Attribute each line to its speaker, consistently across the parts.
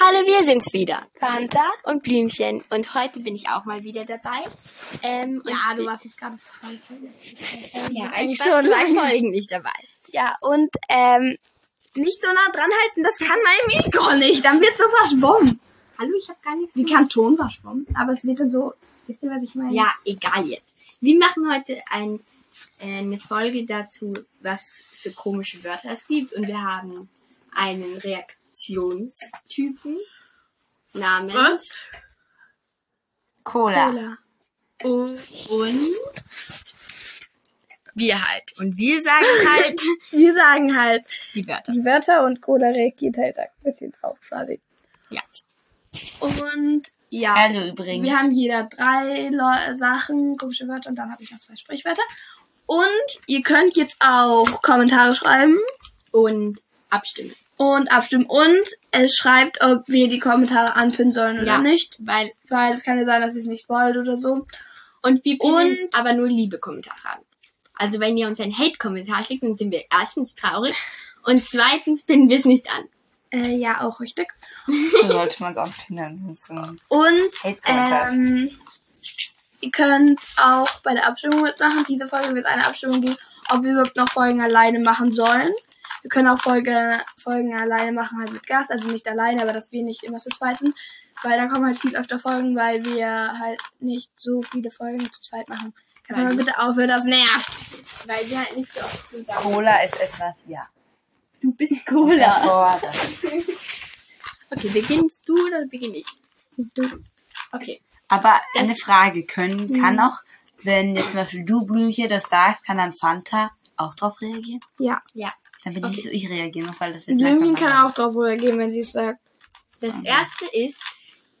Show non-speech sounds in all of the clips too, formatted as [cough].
Speaker 1: Hallo, wir sind's wieder.
Speaker 2: Fanta?
Speaker 1: Und Blümchen. Und heute bin ich auch mal wieder dabei. Ähm, und
Speaker 2: [laughs] Ja, du
Speaker 1: bin-
Speaker 2: warst jetzt gerade zwei Folgen.
Speaker 1: ja, ich
Speaker 2: eigentlich
Speaker 1: war
Speaker 2: schon.
Speaker 1: zwei
Speaker 2: [laughs]
Speaker 1: Folgen nicht dabei.
Speaker 2: Ja, und ähm, nicht so nah dran halten, das kann mein Mikro nicht. Dann wird so verschwommen. Hallo, ich habe gar nichts. Sie kann schon verschwommen, aber es wird dann so. Wisst ihr, was ich meine?
Speaker 1: Ja, egal jetzt. Wir machen heute ein, äh, eine Folge dazu, was für komische Wörter es gibt. Und wir haben einen Reaktionstypen namens Cola.
Speaker 2: Cola.
Speaker 1: Und, und wir halt. Und wir sagen halt
Speaker 2: Wir sagen halt
Speaker 1: die Wörter.
Speaker 2: die Wörter und Cola reagiert halt ein bisschen drauf quasi.
Speaker 1: [laughs] Ja.
Speaker 2: Und ja.
Speaker 3: Hallo übrigens.
Speaker 2: Wir haben jeder drei Leu- Sachen, komische Wörter und dann habe ich noch zwei Sprichwörter. Und ihr könnt jetzt auch Kommentare schreiben
Speaker 1: Und abstimmen.
Speaker 2: und abstimmen und es schreibt, ob wir die Kommentare anpinnen sollen oder
Speaker 1: Ja.
Speaker 2: nicht.
Speaker 1: Weil
Speaker 2: Weil es kann ja sein, dass ihr es nicht wollt oder so.
Speaker 1: Und wir pinnen
Speaker 2: Und-
Speaker 1: aber nur liebe Kommentare an. Also wenn ihr uns einen Hate-Kommentar schickt, dann sind wir erstens traurig und zweitens pinnen wir es nicht an.
Speaker 2: Äh, ja, auch richtig.
Speaker 3: So sollte man es anpinnen. Das ist ein
Speaker 2: Und
Speaker 3: Hate-Kommentar.
Speaker 2: ähm, ihr könnt auch bei der Abstimmung mitmachen. Diese Folge wird eine Abstimmung geben, ob wir überhaupt noch Folgen alleine machen sollen. Wir können auch Folge, Folgen alleine machen, halt mit Gast. Also nicht alleine, aber dass wir nicht immer zu zweit sind. Weil da kommen halt viel öfter Folgen, weil wir halt nicht so viele Folgen zu zweit machen. Kannst du mal
Speaker 1: Nein.
Speaker 2: bitte aufhören, das nervt.
Speaker 1: Weil wir halt nicht so oft zusammen
Speaker 3: Cola ist etwas, ja.
Speaker 1: Du bist Cola.
Speaker 3: Boah, das-
Speaker 1: Okay, beginnst du oder beginne ich? Du. Okay.
Speaker 3: Aber
Speaker 1: Das- Mhm.
Speaker 3: eine Frage können, kann auch, wenn jetzt zum Beispiel du Blümchen das sagst, kann dann Fanta auch drauf reagieren?
Speaker 2: Ja.
Speaker 1: Ja.
Speaker 3: Damit
Speaker 1: Okay.
Speaker 3: ich nicht so ich reagieren muss, weil das wird
Speaker 2: Blümchen
Speaker 3: langsam
Speaker 2: kann auch drauf reagieren, wenn sie es sagt.
Speaker 1: Das erste ist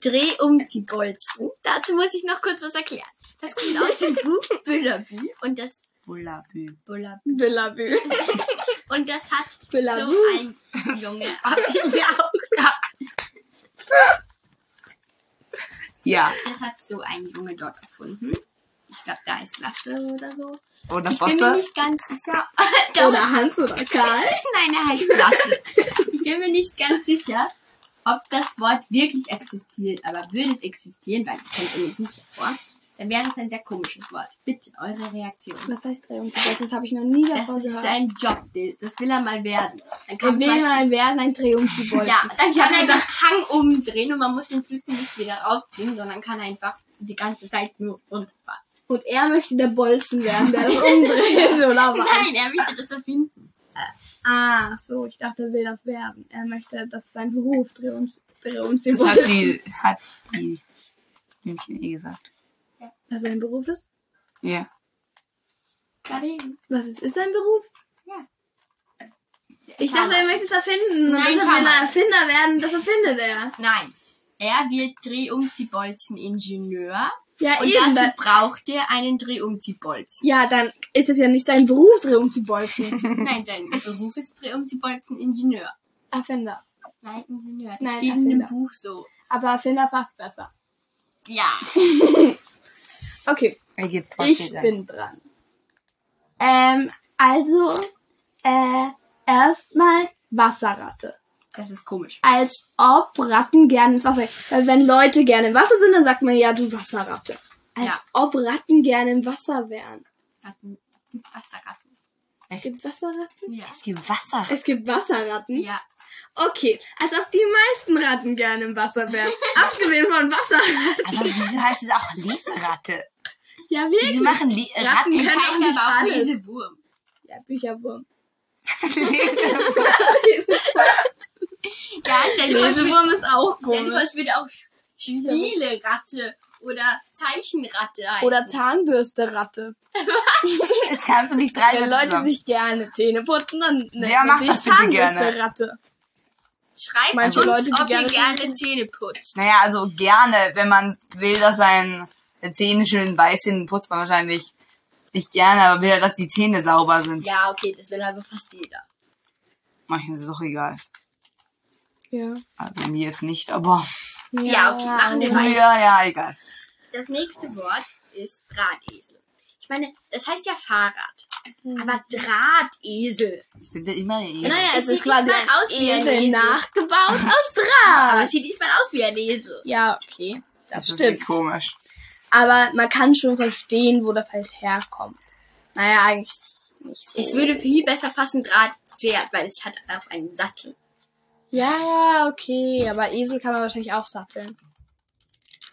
Speaker 1: Dreh um die Bolzen. Dazu muss ich noch kurz was erklären. Das kommt aus [laughs] dem Buch Bullaby und das
Speaker 3: Bullabü.
Speaker 1: Bullaby. [laughs]
Speaker 2: Billabü.
Speaker 1: Und das hat
Speaker 2: Bullaby.
Speaker 1: so ein
Speaker 2: [laughs]
Speaker 1: Junge.
Speaker 3: Ja.
Speaker 1: Das hat so ein Junge dort erfunden. Ich glaube, da ist Lasse oder so.
Speaker 3: Oder
Speaker 1: Ich bin mir
Speaker 3: Wasser?
Speaker 1: nicht ganz sicher. [laughs]
Speaker 2: Oder Hans oder Karl.
Speaker 1: Nein, er heißt Lasse. Ich bin mir nicht ganz sicher, ob das Wort wirklich existiert. Aber würde es existieren, weil es kommt in den Büchern vor, dann wäre es ein sehr komisches Wort. Bitte eure Reaktion.
Speaker 2: Was heißt Drehung? Das habe ich noch nie
Speaker 1: Das
Speaker 2: davon
Speaker 1: ist
Speaker 2: gehört.
Speaker 1: sein Job. Das will er mal werden. Dann
Speaker 2: Wir
Speaker 1: kann man
Speaker 2: will mal werden, ein Triumphbolzen.
Speaker 1: ja, dann kann er den Hang umdrehen und man muss den Schlitten nicht wieder rausziehen, sondern kann einfach die ganze Zeit nur runterfahren.
Speaker 2: Und er möchte der Bolzen werden, der das umdreht oder was?
Speaker 1: Nein, er möchte das erfinden.
Speaker 2: Ah, so, ich dachte, er will das werden. Er möchte, das ist sein Beruf, Triumphs-
Speaker 3: Das hat
Speaker 2: Triumphbolzen.
Speaker 3: die, hat die Blümchen eh gesagt.
Speaker 2: Was sein Beruf ist?
Speaker 3: Ja.
Speaker 1: Gerade eben.
Speaker 2: Was ist, ist sein Beruf?
Speaker 1: Ja.
Speaker 2: Ich
Speaker 1: Schau
Speaker 2: dachte,
Speaker 1: mal.
Speaker 2: er möchte es erfinden. Und
Speaker 1: Nein,
Speaker 2: deshalb
Speaker 1: schau
Speaker 2: will er
Speaker 1: mal.
Speaker 2: Erfinder werden, das erfindet er.
Speaker 1: Nein. Er wird Drehumziehbolzen-Ingenieur
Speaker 2: Ja,
Speaker 1: und
Speaker 2: eben.
Speaker 1: dazu
Speaker 2: da-
Speaker 1: braucht er einen
Speaker 2: [laughs]
Speaker 1: Drehumziehbolzen.
Speaker 2: Ja, dann ist es ja nicht sein Beruf, Triumphbolzen.
Speaker 1: [laughs] Nein, sein Beruf ist Drehumziehbolzen-Ingenieur.
Speaker 2: Erfinder.
Speaker 1: Nein, Ingenieur. Das
Speaker 2: Nein,
Speaker 1: steht in
Speaker 2: Erfinder.
Speaker 1: dem Buch so.
Speaker 2: Aber Erfinder passt besser.
Speaker 1: Ja.
Speaker 2: Okay.
Speaker 3: Er gibt
Speaker 2: Ich
Speaker 3: Vorschläge.
Speaker 2: bin dran. Ähm, also, äh, erstmal Wasserratte.
Speaker 1: Das ist komisch.
Speaker 2: Als ob Ratten gerne ins Wasser Weil wenn Leute gerne im Wasser sind, dann sagt man ja, du Wasserratte. Als
Speaker 1: Ja.
Speaker 2: ob Ratten gerne im Wasser wären.
Speaker 1: Ratten. Wasserratten.
Speaker 2: Es gibt Wasserratten?
Speaker 1: Ja.
Speaker 3: Es gibt Wasser.
Speaker 2: Es gibt Wasserratten?
Speaker 1: Ja.
Speaker 2: Okay, als ob die meisten Ratten gerne im Wasser
Speaker 1: [laughs]
Speaker 2: wären. Abgesehen von Wasserratten.
Speaker 3: Aber wieso heißt es auch Leseratte?
Speaker 2: Ja,
Speaker 3: Wieso
Speaker 2: wirklich.
Speaker 3: machen Le
Speaker 2: Ratten
Speaker 3: Ratten
Speaker 1: Das
Speaker 2: können
Speaker 1: heißt
Speaker 2: auch nicht
Speaker 1: aber auch
Speaker 2: alles.
Speaker 1: Lesewurm.
Speaker 2: Ja, Bücherwurm. [laughs]
Speaker 1: [laughs] Ja, stell dir vor, es wird-
Speaker 2: Lesewurm ist auch
Speaker 1: stell dir vor,
Speaker 2: komisch.
Speaker 1: es wird auch Spieleratte oder Zeichenratte heißen.
Speaker 2: Oder Zahnbürste-Ratte.
Speaker 3: Jetzt kannst du nicht drei
Speaker 2: Wenn Also Leute
Speaker 3: zusammen.
Speaker 2: sich gerne Zähne putzen, ne, dann nennt
Speaker 3: Wer
Speaker 2: man
Speaker 3: macht
Speaker 2: sie
Speaker 3: das bitte gerne?
Speaker 2: Zahnbürste-Ratte.
Speaker 1: Schreibt
Speaker 2: Manche
Speaker 1: uns,
Speaker 2: Leute, die
Speaker 1: ob ihr
Speaker 2: gerne-
Speaker 1: gerne Zähne putzt.
Speaker 3: Naja, also gerne, wenn man will, dass sein Zähne schön weiß sind, putzt man wahrscheinlich nicht gerne, aber will er, dass die Zähne sauber sind.
Speaker 1: Ja, okay, das will aber fast jeder.
Speaker 3: Manchmal ist es doch egal.
Speaker 2: Ja.
Speaker 3: Also mir ist nicht, aber
Speaker 1: Ja, okay, machen wir
Speaker 3: früher, ja, egal.
Speaker 1: Das nächste Wort ist Drahtesel. Ich meine, das heißt ja Fahrrad. Aber Drahtesel.
Speaker 3: Ich finde immer eine Esel.
Speaker 1: Naja,
Speaker 2: es
Speaker 1: es
Speaker 2: ist
Speaker 1: sieht
Speaker 2: quasi
Speaker 1: diesmal
Speaker 2: ein
Speaker 1: aus wie ein
Speaker 2: Esel
Speaker 1: Esel.
Speaker 2: nachgebaut [laughs] aus
Speaker 1: Aber
Speaker 2: Draht.
Speaker 1: es sieht diesmal aus wie ein Esel.
Speaker 2: Ja, okay. Das,
Speaker 3: ist
Speaker 2: stimmt.
Speaker 3: irgendwie komisch.
Speaker 2: Aber man kann schon verstehen, wo das halt herkommt. Naja, eigentlich nicht so.
Speaker 1: Es würde viel besser passen, Drahtpferd, weil es hat auch einen Sattel.
Speaker 2: ja, okay. Aber Esel kann man wahrscheinlich auch satteln.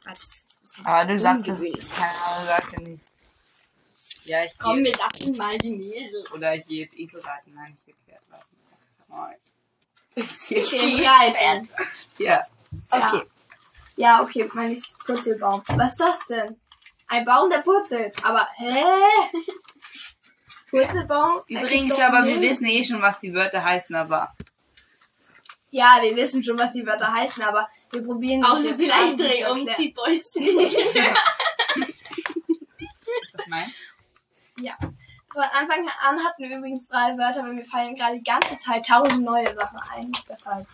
Speaker 1: Aber das ist halt
Speaker 3: Aber du sagst es.
Speaker 1: ungewöhnlich.
Speaker 3: Keine Ahnung, du sagst ja nicht. Ja, ich
Speaker 1: Komm,
Speaker 3: gehe.
Speaker 1: wir satteln mal den Esel.
Speaker 3: Oder ich gehe jetzt Esel reiten. Nein, ich gehe Pferd reiten. Sag's mal.
Speaker 1: Ich geh rein.
Speaker 3: Ja.
Speaker 2: Okay. Ja, okay, mein nächstes Purzelbaum. Was ist das denn? Ein Baum, der purzelt. Aber, hä? [laughs] Purzelbaum?
Speaker 3: Übrigens,
Speaker 2: ergibt doch
Speaker 3: aber wir
Speaker 2: Sinn.
Speaker 3: wissen eh schon, was die Wörter heißen, aber.
Speaker 2: Ja, wir wissen schon, was die Wörter heißen, aber wir probieren
Speaker 1: Außer
Speaker 2: jetzt
Speaker 1: vielleicht
Speaker 2: quasi zu
Speaker 1: dreh um,
Speaker 2: erklären.
Speaker 1: zieh [laughs] Bolzen.
Speaker 3: Ist das mein?
Speaker 2: Ja. Von Anfang an hatten wir übrigens drei Wörter, weil mir fallen gerade die ganze Zeit tausend neue Sachen ein. Deshalb.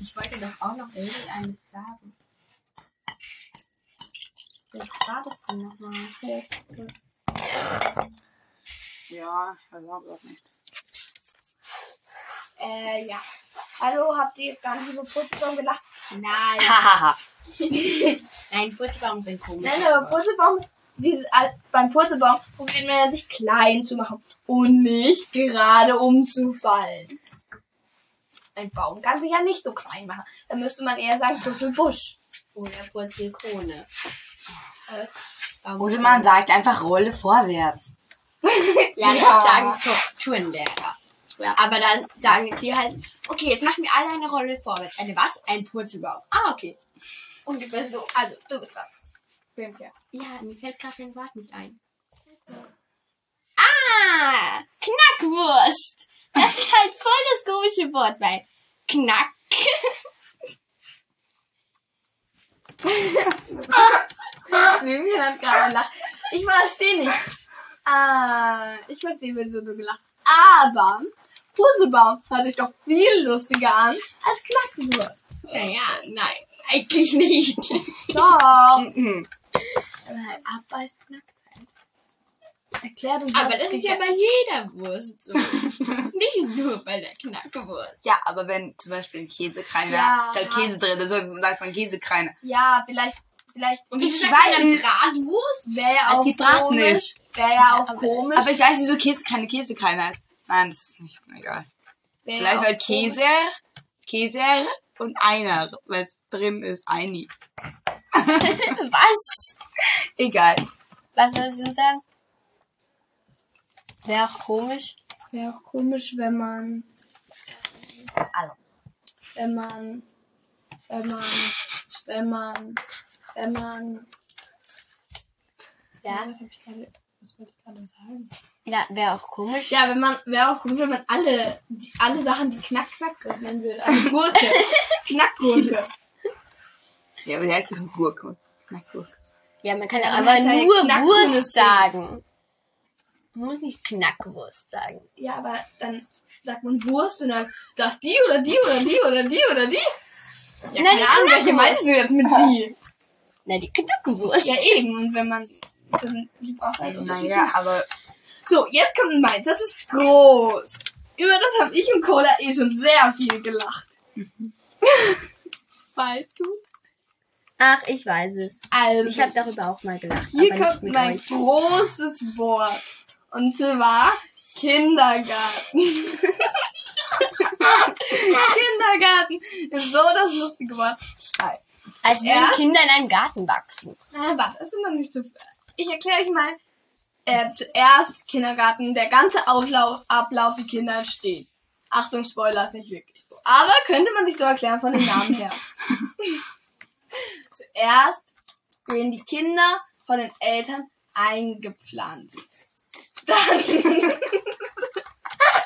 Speaker 1: Ich wollte doch auch noch irgendeines sagen. Was war das denn nochmal?
Speaker 3: Ja, ich weiß auch nicht.
Speaker 2: Äh, ja. Hallo, habt ihr jetzt gar nicht über Purzelbaum gelacht?
Speaker 1: Nein.
Speaker 3: Hahaha.
Speaker 1: Nein, Futterbaum sind komisch.
Speaker 2: Nein, aber Purzelbaum, diese, äh, beim Purzelbaum probiert man ja, sich klein zu machen und nicht gerade umzufallen. Ein Baum kann sich ja nicht so klein machen. Da müsste man eher sagen, Purzelbusch.
Speaker 1: Oder Purzelkrone.
Speaker 2: Das
Speaker 3: Oder man sagt einfach Rolle vorwärts.
Speaker 1: Ja,
Speaker 2: Ja.
Speaker 1: das sagen Tu- Turnlehrer. Ja, aber dann sagen die halt, okay, jetzt machen wir alle eine Rolle vorwärts. Eine was? Ein Purzelbaum. Ah, okay.
Speaker 2: Ungefähr so. Also, du bist dran. Filmkehr.
Speaker 1: Ja, mir fällt gerade ein Wort nicht ein. Ah, Knackwurst. Das ist halt voll das komische Wort, weil
Speaker 2: [laughs]
Speaker 1: Knack.
Speaker 2: Blümchen hat gerade gelacht. Ich verstehe nicht. Ah, ich verstehe, wieso du gelacht hast. Aber Puzzlebaum hört sich doch viel lustiger an als Knackwurst.
Speaker 1: Naja, nein, eigentlich [laughs] nicht.
Speaker 2: Doch.
Speaker 3: Mhm.
Speaker 2: Nein, aber es knackt halt. Erklär du
Speaker 1: Aber das ist ja bei jeder Wurst [laughs] so. nicht nur bei der Knackwurst.
Speaker 3: Ja, aber wenn zum Beispiel ein Käsekreiner,
Speaker 2: Ja.
Speaker 3: ist halt Käse drin, dann sagt man Käsekreiner.
Speaker 2: Ja, vielleicht, vielleicht.
Speaker 1: Und wieso
Speaker 2: Ich
Speaker 1: sagt man dann
Speaker 3: weiß-
Speaker 1: Bratwurst?
Speaker 2: Wäre ja auch
Speaker 3: Die braten
Speaker 2: komisch.
Speaker 3: nicht.
Speaker 2: Wäre ja auch
Speaker 1: Aber-
Speaker 2: komisch.
Speaker 3: Aber ich weiß, wieso Käse keine Käsekreiner ist. Nein, das ist nicht egal.
Speaker 2: wär ja
Speaker 3: Vielleicht
Speaker 2: auch
Speaker 3: weil
Speaker 2: komisch.
Speaker 3: Käse, Käse und einer, weil es drin ist, eini.
Speaker 2: Was?
Speaker 3: Egal.
Speaker 2: Was würdest du sagen? Wäre auch komisch. Wäre auch komisch, wenn man.
Speaker 3: Hallo.
Speaker 2: Wenn man. Wenn man. Wenn man. Wenn man.
Speaker 1: Ja.
Speaker 2: Was hab ich gerade. Was wollte ich gerade sagen?
Speaker 1: Ja, wäre auch komisch.
Speaker 2: Ja, wenn man. Wäre auch komisch, wenn man alle. Die, alle Sachen, die knack knack das nennen würde. [laughs] Also Gurke. Knackgurke.
Speaker 3: Ja, aber die heißt doch Gurke. Knackgurke.
Speaker 1: Ja, man kann ja
Speaker 2: man
Speaker 1: aber
Speaker 2: kann ja
Speaker 1: nur
Speaker 2: Knackwurst
Speaker 1: Wurst sagen. Man muss nicht Knackwurst sagen.
Speaker 2: Ja, aber dann sagt man Wurst und dann. Das die oder die oder die oder die oder die. Ja,
Speaker 1: Nein, die
Speaker 2: keine Ahnung, welche
Speaker 1: Knackwurst.
Speaker 2: meinst du jetzt mit die? [laughs]
Speaker 1: Na, die Knackwurst.
Speaker 2: Ja, eben. Und wenn man. Dann, die braucht
Speaker 3: Also,
Speaker 2: halt unterschiedliche
Speaker 3: Naja, aber
Speaker 2: So, jetzt kommt meins. Das ist groß. Über das haben ich und Cola eh schon sehr viel gelacht. [laughs] weißt du?
Speaker 1: Ach, ich weiß es.
Speaker 2: Also,
Speaker 1: Ich habe darüber auch mal gelacht.
Speaker 2: hier
Speaker 1: aber nicht
Speaker 2: kommt
Speaker 1: mit
Speaker 2: mein
Speaker 1: euch.
Speaker 2: großes Wort. Und zwar [laughs] Kindergarten. Kindergarten ist so das lustige Wort. Nein.
Speaker 1: Als würden
Speaker 2: Erst-
Speaker 1: Kinder in einem Garten wachsen.
Speaker 2: Na, Äh, warte, das sind noch nicht so. Ich erkläre euch mal äh, zuerst Kindergarten, der ganze Auflauf, Ablauf, wie Kinder stehen. Achtung, Spoiler ist nicht wirklich so. Aber könnte man sich so erklären von den Namen her. zuerst werden die Kinder von den Eltern eingepflanzt. Dann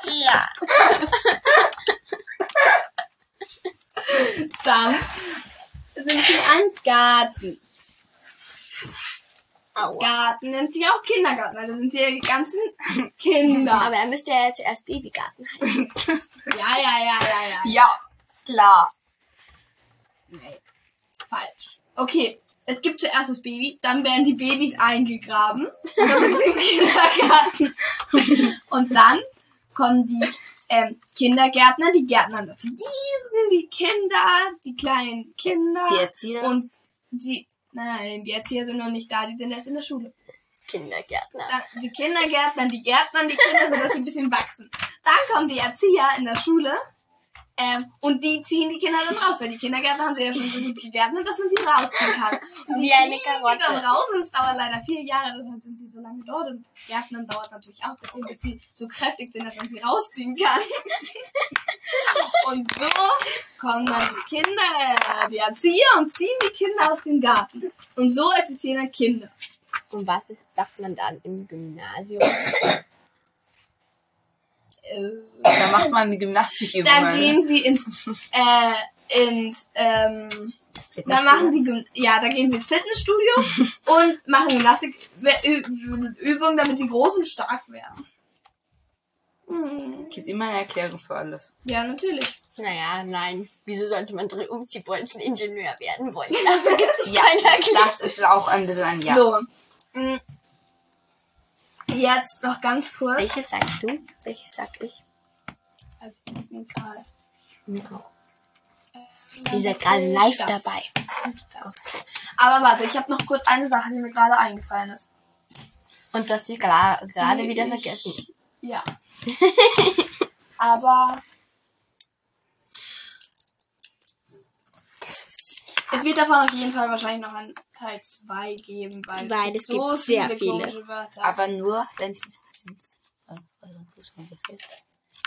Speaker 1: Ja.
Speaker 2: dann sind sie ein Garten.
Speaker 1: Aua.
Speaker 2: Garten nennt sich auch Kindergarten, weil da sind hier die ganzen [laughs] Kinder.
Speaker 1: Aber er müsste ja zuerst Babygarten heißen.
Speaker 2: [laughs] Ja, ja, ja, ja, ja.
Speaker 3: ja, klar.
Speaker 2: Falsch. Okay, Es gibt zuerst das Baby, dann werden die Babys eingegraben. Und dann sind sie im
Speaker 1: [laughs]
Speaker 2: Kindergarten. Und dann kommen die ähm, Kindergärtner, die Gärtner, das sind Wiesen, die Kinder, die kleinen Kinder.
Speaker 3: Die Erzieher.
Speaker 2: Und die, nein, die Erzieher sind noch nicht da, die sind erst in der Schule.
Speaker 1: Kindergärtner.
Speaker 2: Dann die Kindergärtner, die Gärtner, die Kinder, sodass sie ein bisschen wachsen. Dann kommen die Erzieher in der Schule ähm, und die ziehen die Kinder dann raus, weil die Kindergärtner haben sie ja schon so gut gegärtnet, dass man sie
Speaker 1: [laughs]
Speaker 2: rausziehen kann. Und die
Speaker 1: Wie eine
Speaker 2: ziehen die
Speaker 1: Karotte.
Speaker 2: dann raus und es dauert leider vier Jahre, deshalb sind sie so lange dort und Gärtnern dauert natürlich auch, deswegen, bis sie so kräftig sind, dass man sie rausziehen kann.
Speaker 1: [laughs]
Speaker 2: Und so kommen dann die Kinder, äh, die Erzieher und ziehen die Kinder aus dem Garten. Und so existieren dann Kinder.
Speaker 1: Und was ist, macht man dann im Gymnasium?
Speaker 2: Äh,
Speaker 3: Da macht man Gymnastikübungen.
Speaker 2: Dann gehen sie ins, äh, ins, ähm, dann machen die, Gym- ja, da gehen sie ins
Speaker 1: [laughs]
Speaker 2: Fitnessstudio und machen Gymnastikübungen, damit sie groß und stark werden.
Speaker 1: Mhm.
Speaker 2: Hm.
Speaker 3: Es gibt immer eine Erklärung für alles.
Speaker 2: Ja, natürlich.
Speaker 1: Naja, nein. Wieso sollte man Umziehbolzen-Ingenieur werden wollen? Dafür gibt es
Speaker 3: Ja,
Speaker 1: keine Erklärung.
Speaker 3: das ist auch ein bisschen ein Ja.
Speaker 2: So. Hm. Jetzt noch ganz kurz.
Speaker 1: [laughs] Welches sagst du? Welches sag ich?
Speaker 2: Also, egal.
Speaker 1: Ihr seid gerade live
Speaker 2: Das.
Speaker 1: dabei.
Speaker 2: Aber warte, ich habe noch kurz eine Sache, die mir gerade eingefallen ist.
Speaker 1: Und das sie gra- gerade
Speaker 3: Hm.
Speaker 2: Die
Speaker 1: wieder
Speaker 2: ich-
Speaker 1: vergessen.
Speaker 2: Ja. [laughs] Aber. Es wird davon auf jeden Fall wahrscheinlich noch einen Teil 2 geben, weil,
Speaker 1: Weil es
Speaker 2: so
Speaker 1: gibt sehr viele.
Speaker 2: komische Wörter.
Speaker 3: Aber nur, wenn es euren Zuschauern gefällt.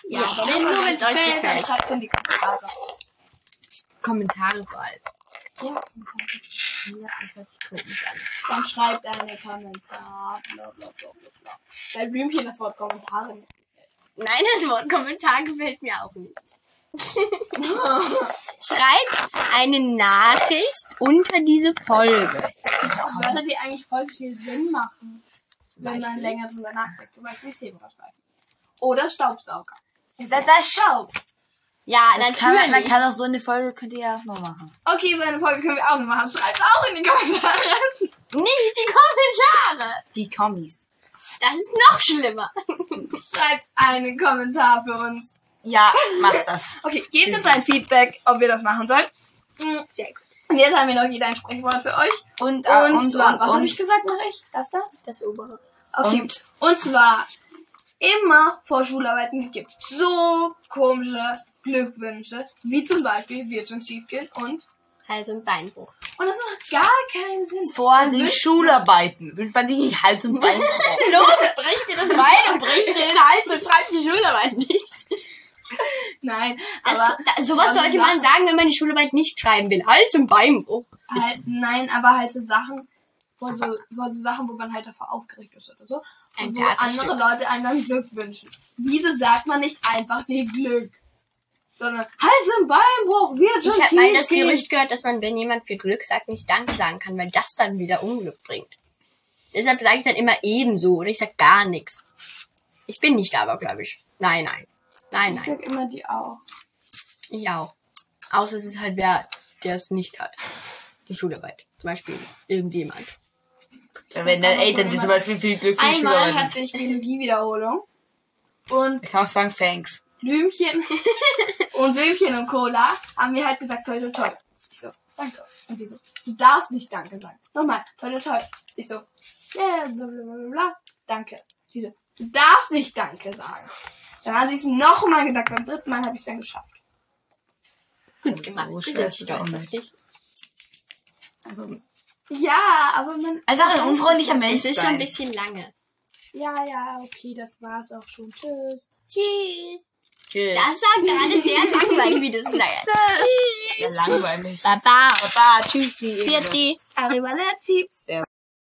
Speaker 1: Ja,
Speaker 2: aber
Speaker 1: wenn nur
Speaker 2: wenn's
Speaker 1: wenn's euch
Speaker 2: gefällt, dann
Speaker 1: gefällt.
Speaker 2: schreibt in die Kommentare.
Speaker 1: Kommentare vor allem.
Speaker 2: Ja,
Speaker 1: Ja, das hört sich komisch an.
Speaker 2: dann schreibt eine Kommentar. Bla, bla, bla, bla, bla. Weil Blümchen das Wort Kommentare nicht.
Speaker 1: Nein, das Wort Kommentar gefällt mir auch nicht. [laughs] Schreibt eine Nachricht unter diese Folge.
Speaker 2: Auch Wörter, die eigentlich voll viel Sinn machen, wenn man
Speaker 1: Beispiel?
Speaker 2: länger drüber nachdenkt. Zum Beispiel Zebrastreifen. Oder Staubsauger.
Speaker 3: Das, das
Speaker 2: Staub.
Speaker 1: Ja,
Speaker 3: Kann man, man
Speaker 1: natürlich.
Speaker 3: kann auch so eine Folge, könnt ihr ja auch noch machen.
Speaker 2: Okay, so eine Folge können wir auch noch machen. Schreibt's auch in die Kommentare.
Speaker 1: Nicht die Kommentare.
Speaker 3: Die Kommis.
Speaker 1: Das ist noch schlimmer.
Speaker 2: Schreibt einen Kommentar für uns.
Speaker 3: Ja, mach
Speaker 1: [laughs]
Speaker 3: das.
Speaker 2: Okay, gebt uns ein Feedback, ob wir das machen sollen. Mm,
Speaker 1: Sehr gut.
Speaker 2: Und jetzt haben wir noch jeder ein Sprichwort für euch.
Speaker 3: Und, äh,
Speaker 2: Und, zwar, was habe
Speaker 3: und,
Speaker 2: ich gesagt, mache ich? Das da?
Speaker 1: Das obere.
Speaker 2: Okay. Und, zwar immer vor Schularbeiten gibt so komische Glückwünsche, wie zum Beispiel wird schon schief gehen und
Speaker 1: Hals- und Beinbruch.
Speaker 2: und das macht gar keinen Sinn.
Speaker 3: vor den
Speaker 2: wünscht-
Speaker 3: Schularbeiten wünscht man sich nicht Hals und
Speaker 1: [laughs]
Speaker 3: Bein.
Speaker 1: Los, brich dir das Bein und brich dir den Hals und schreib die Schularbeit nicht.
Speaker 2: Nein,
Speaker 1: Das,
Speaker 2: aber
Speaker 1: da, sowas
Speaker 2: aber
Speaker 1: sollte man
Speaker 2: Sachen-
Speaker 1: sagen, wenn man die Schularbeit nicht schreiben will. Hals und Beinbruch.
Speaker 2: Halt, nein, aber halt so Sachen, vor so, vor so Sachen, wo man halt davor aufgeregt ist oder so.
Speaker 1: Ein
Speaker 2: Und wo
Speaker 1: Theaterstück.
Speaker 2: andere Leute einem dann Glück wünschen. Wieso sagt man nicht einfach viel Glück? Sondern Hals im Beinbruch, wird schon
Speaker 1: Ich habe mal
Speaker 2: schief
Speaker 1: das
Speaker 2: gehen.
Speaker 1: Gerücht gehört, dass man, wenn jemand für Glück sagt, nicht Danke sagen kann, weil das dann wieder Unglück bringt. Deshalb sage ich dann immer ebenso oder ich sag gar nichts. Ich bin nicht abergläubisch. Nein, nein. Nein,
Speaker 2: Ich
Speaker 1: nein.
Speaker 2: sag immer die auch.
Speaker 1: Ich auch. Außer es ist halt wer, der es nicht hat. Die Schularbeit. Zum Beispiel irgendjemand.
Speaker 3: wenn deine Eltern dir zum Beispiel viel Glück für die
Speaker 2: Einmal
Speaker 3: Schularbeiten.
Speaker 2: hatte ich Biologiewiederholung und
Speaker 3: Ich kann auch sagen, thanks.
Speaker 2: Blümchen [laughs] und Blümchen und Cola haben mir halt gesagt, toi toi toi. Ich so, danke. Und sie so, du darfst nicht danke sagen. Nochmal, toi toi toi. Ich so, ja, bla bla bla bla, bla, danke. Sie so, du darfst nicht danke sagen. Dann hat sie es nochmal gesagt, beim dritten Mal habe ich es dann geschafft.
Speaker 3: Gut
Speaker 1: Immer.
Speaker 3: So
Speaker 1: Wir
Speaker 3: schwer
Speaker 1: sind
Speaker 3: ist es auch
Speaker 1: stolz auf
Speaker 3: nicht.
Speaker 1: dich.
Speaker 2: Ja, aber man,
Speaker 3: Einfach ein unfreundlicher Mensch
Speaker 1: Es ist schon
Speaker 3: sein.
Speaker 1: ein bisschen lange.
Speaker 2: ja, ja, okay, das war's auch schon. Tschüss.
Speaker 1: Tschüss.
Speaker 3: Tschüss.
Speaker 1: Das war gerade sehr
Speaker 3: [laughs]
Speaker 1: langweilig, wie du es sagst. Tschüss.
Speaker 3: ja, langweilig.
Speaker 1: Baba.
Speaker 3: Baba, tschüssi.
Speaker 1: Pfiat
Speaker 2: Arrivederci.
Speaker 3: Servus.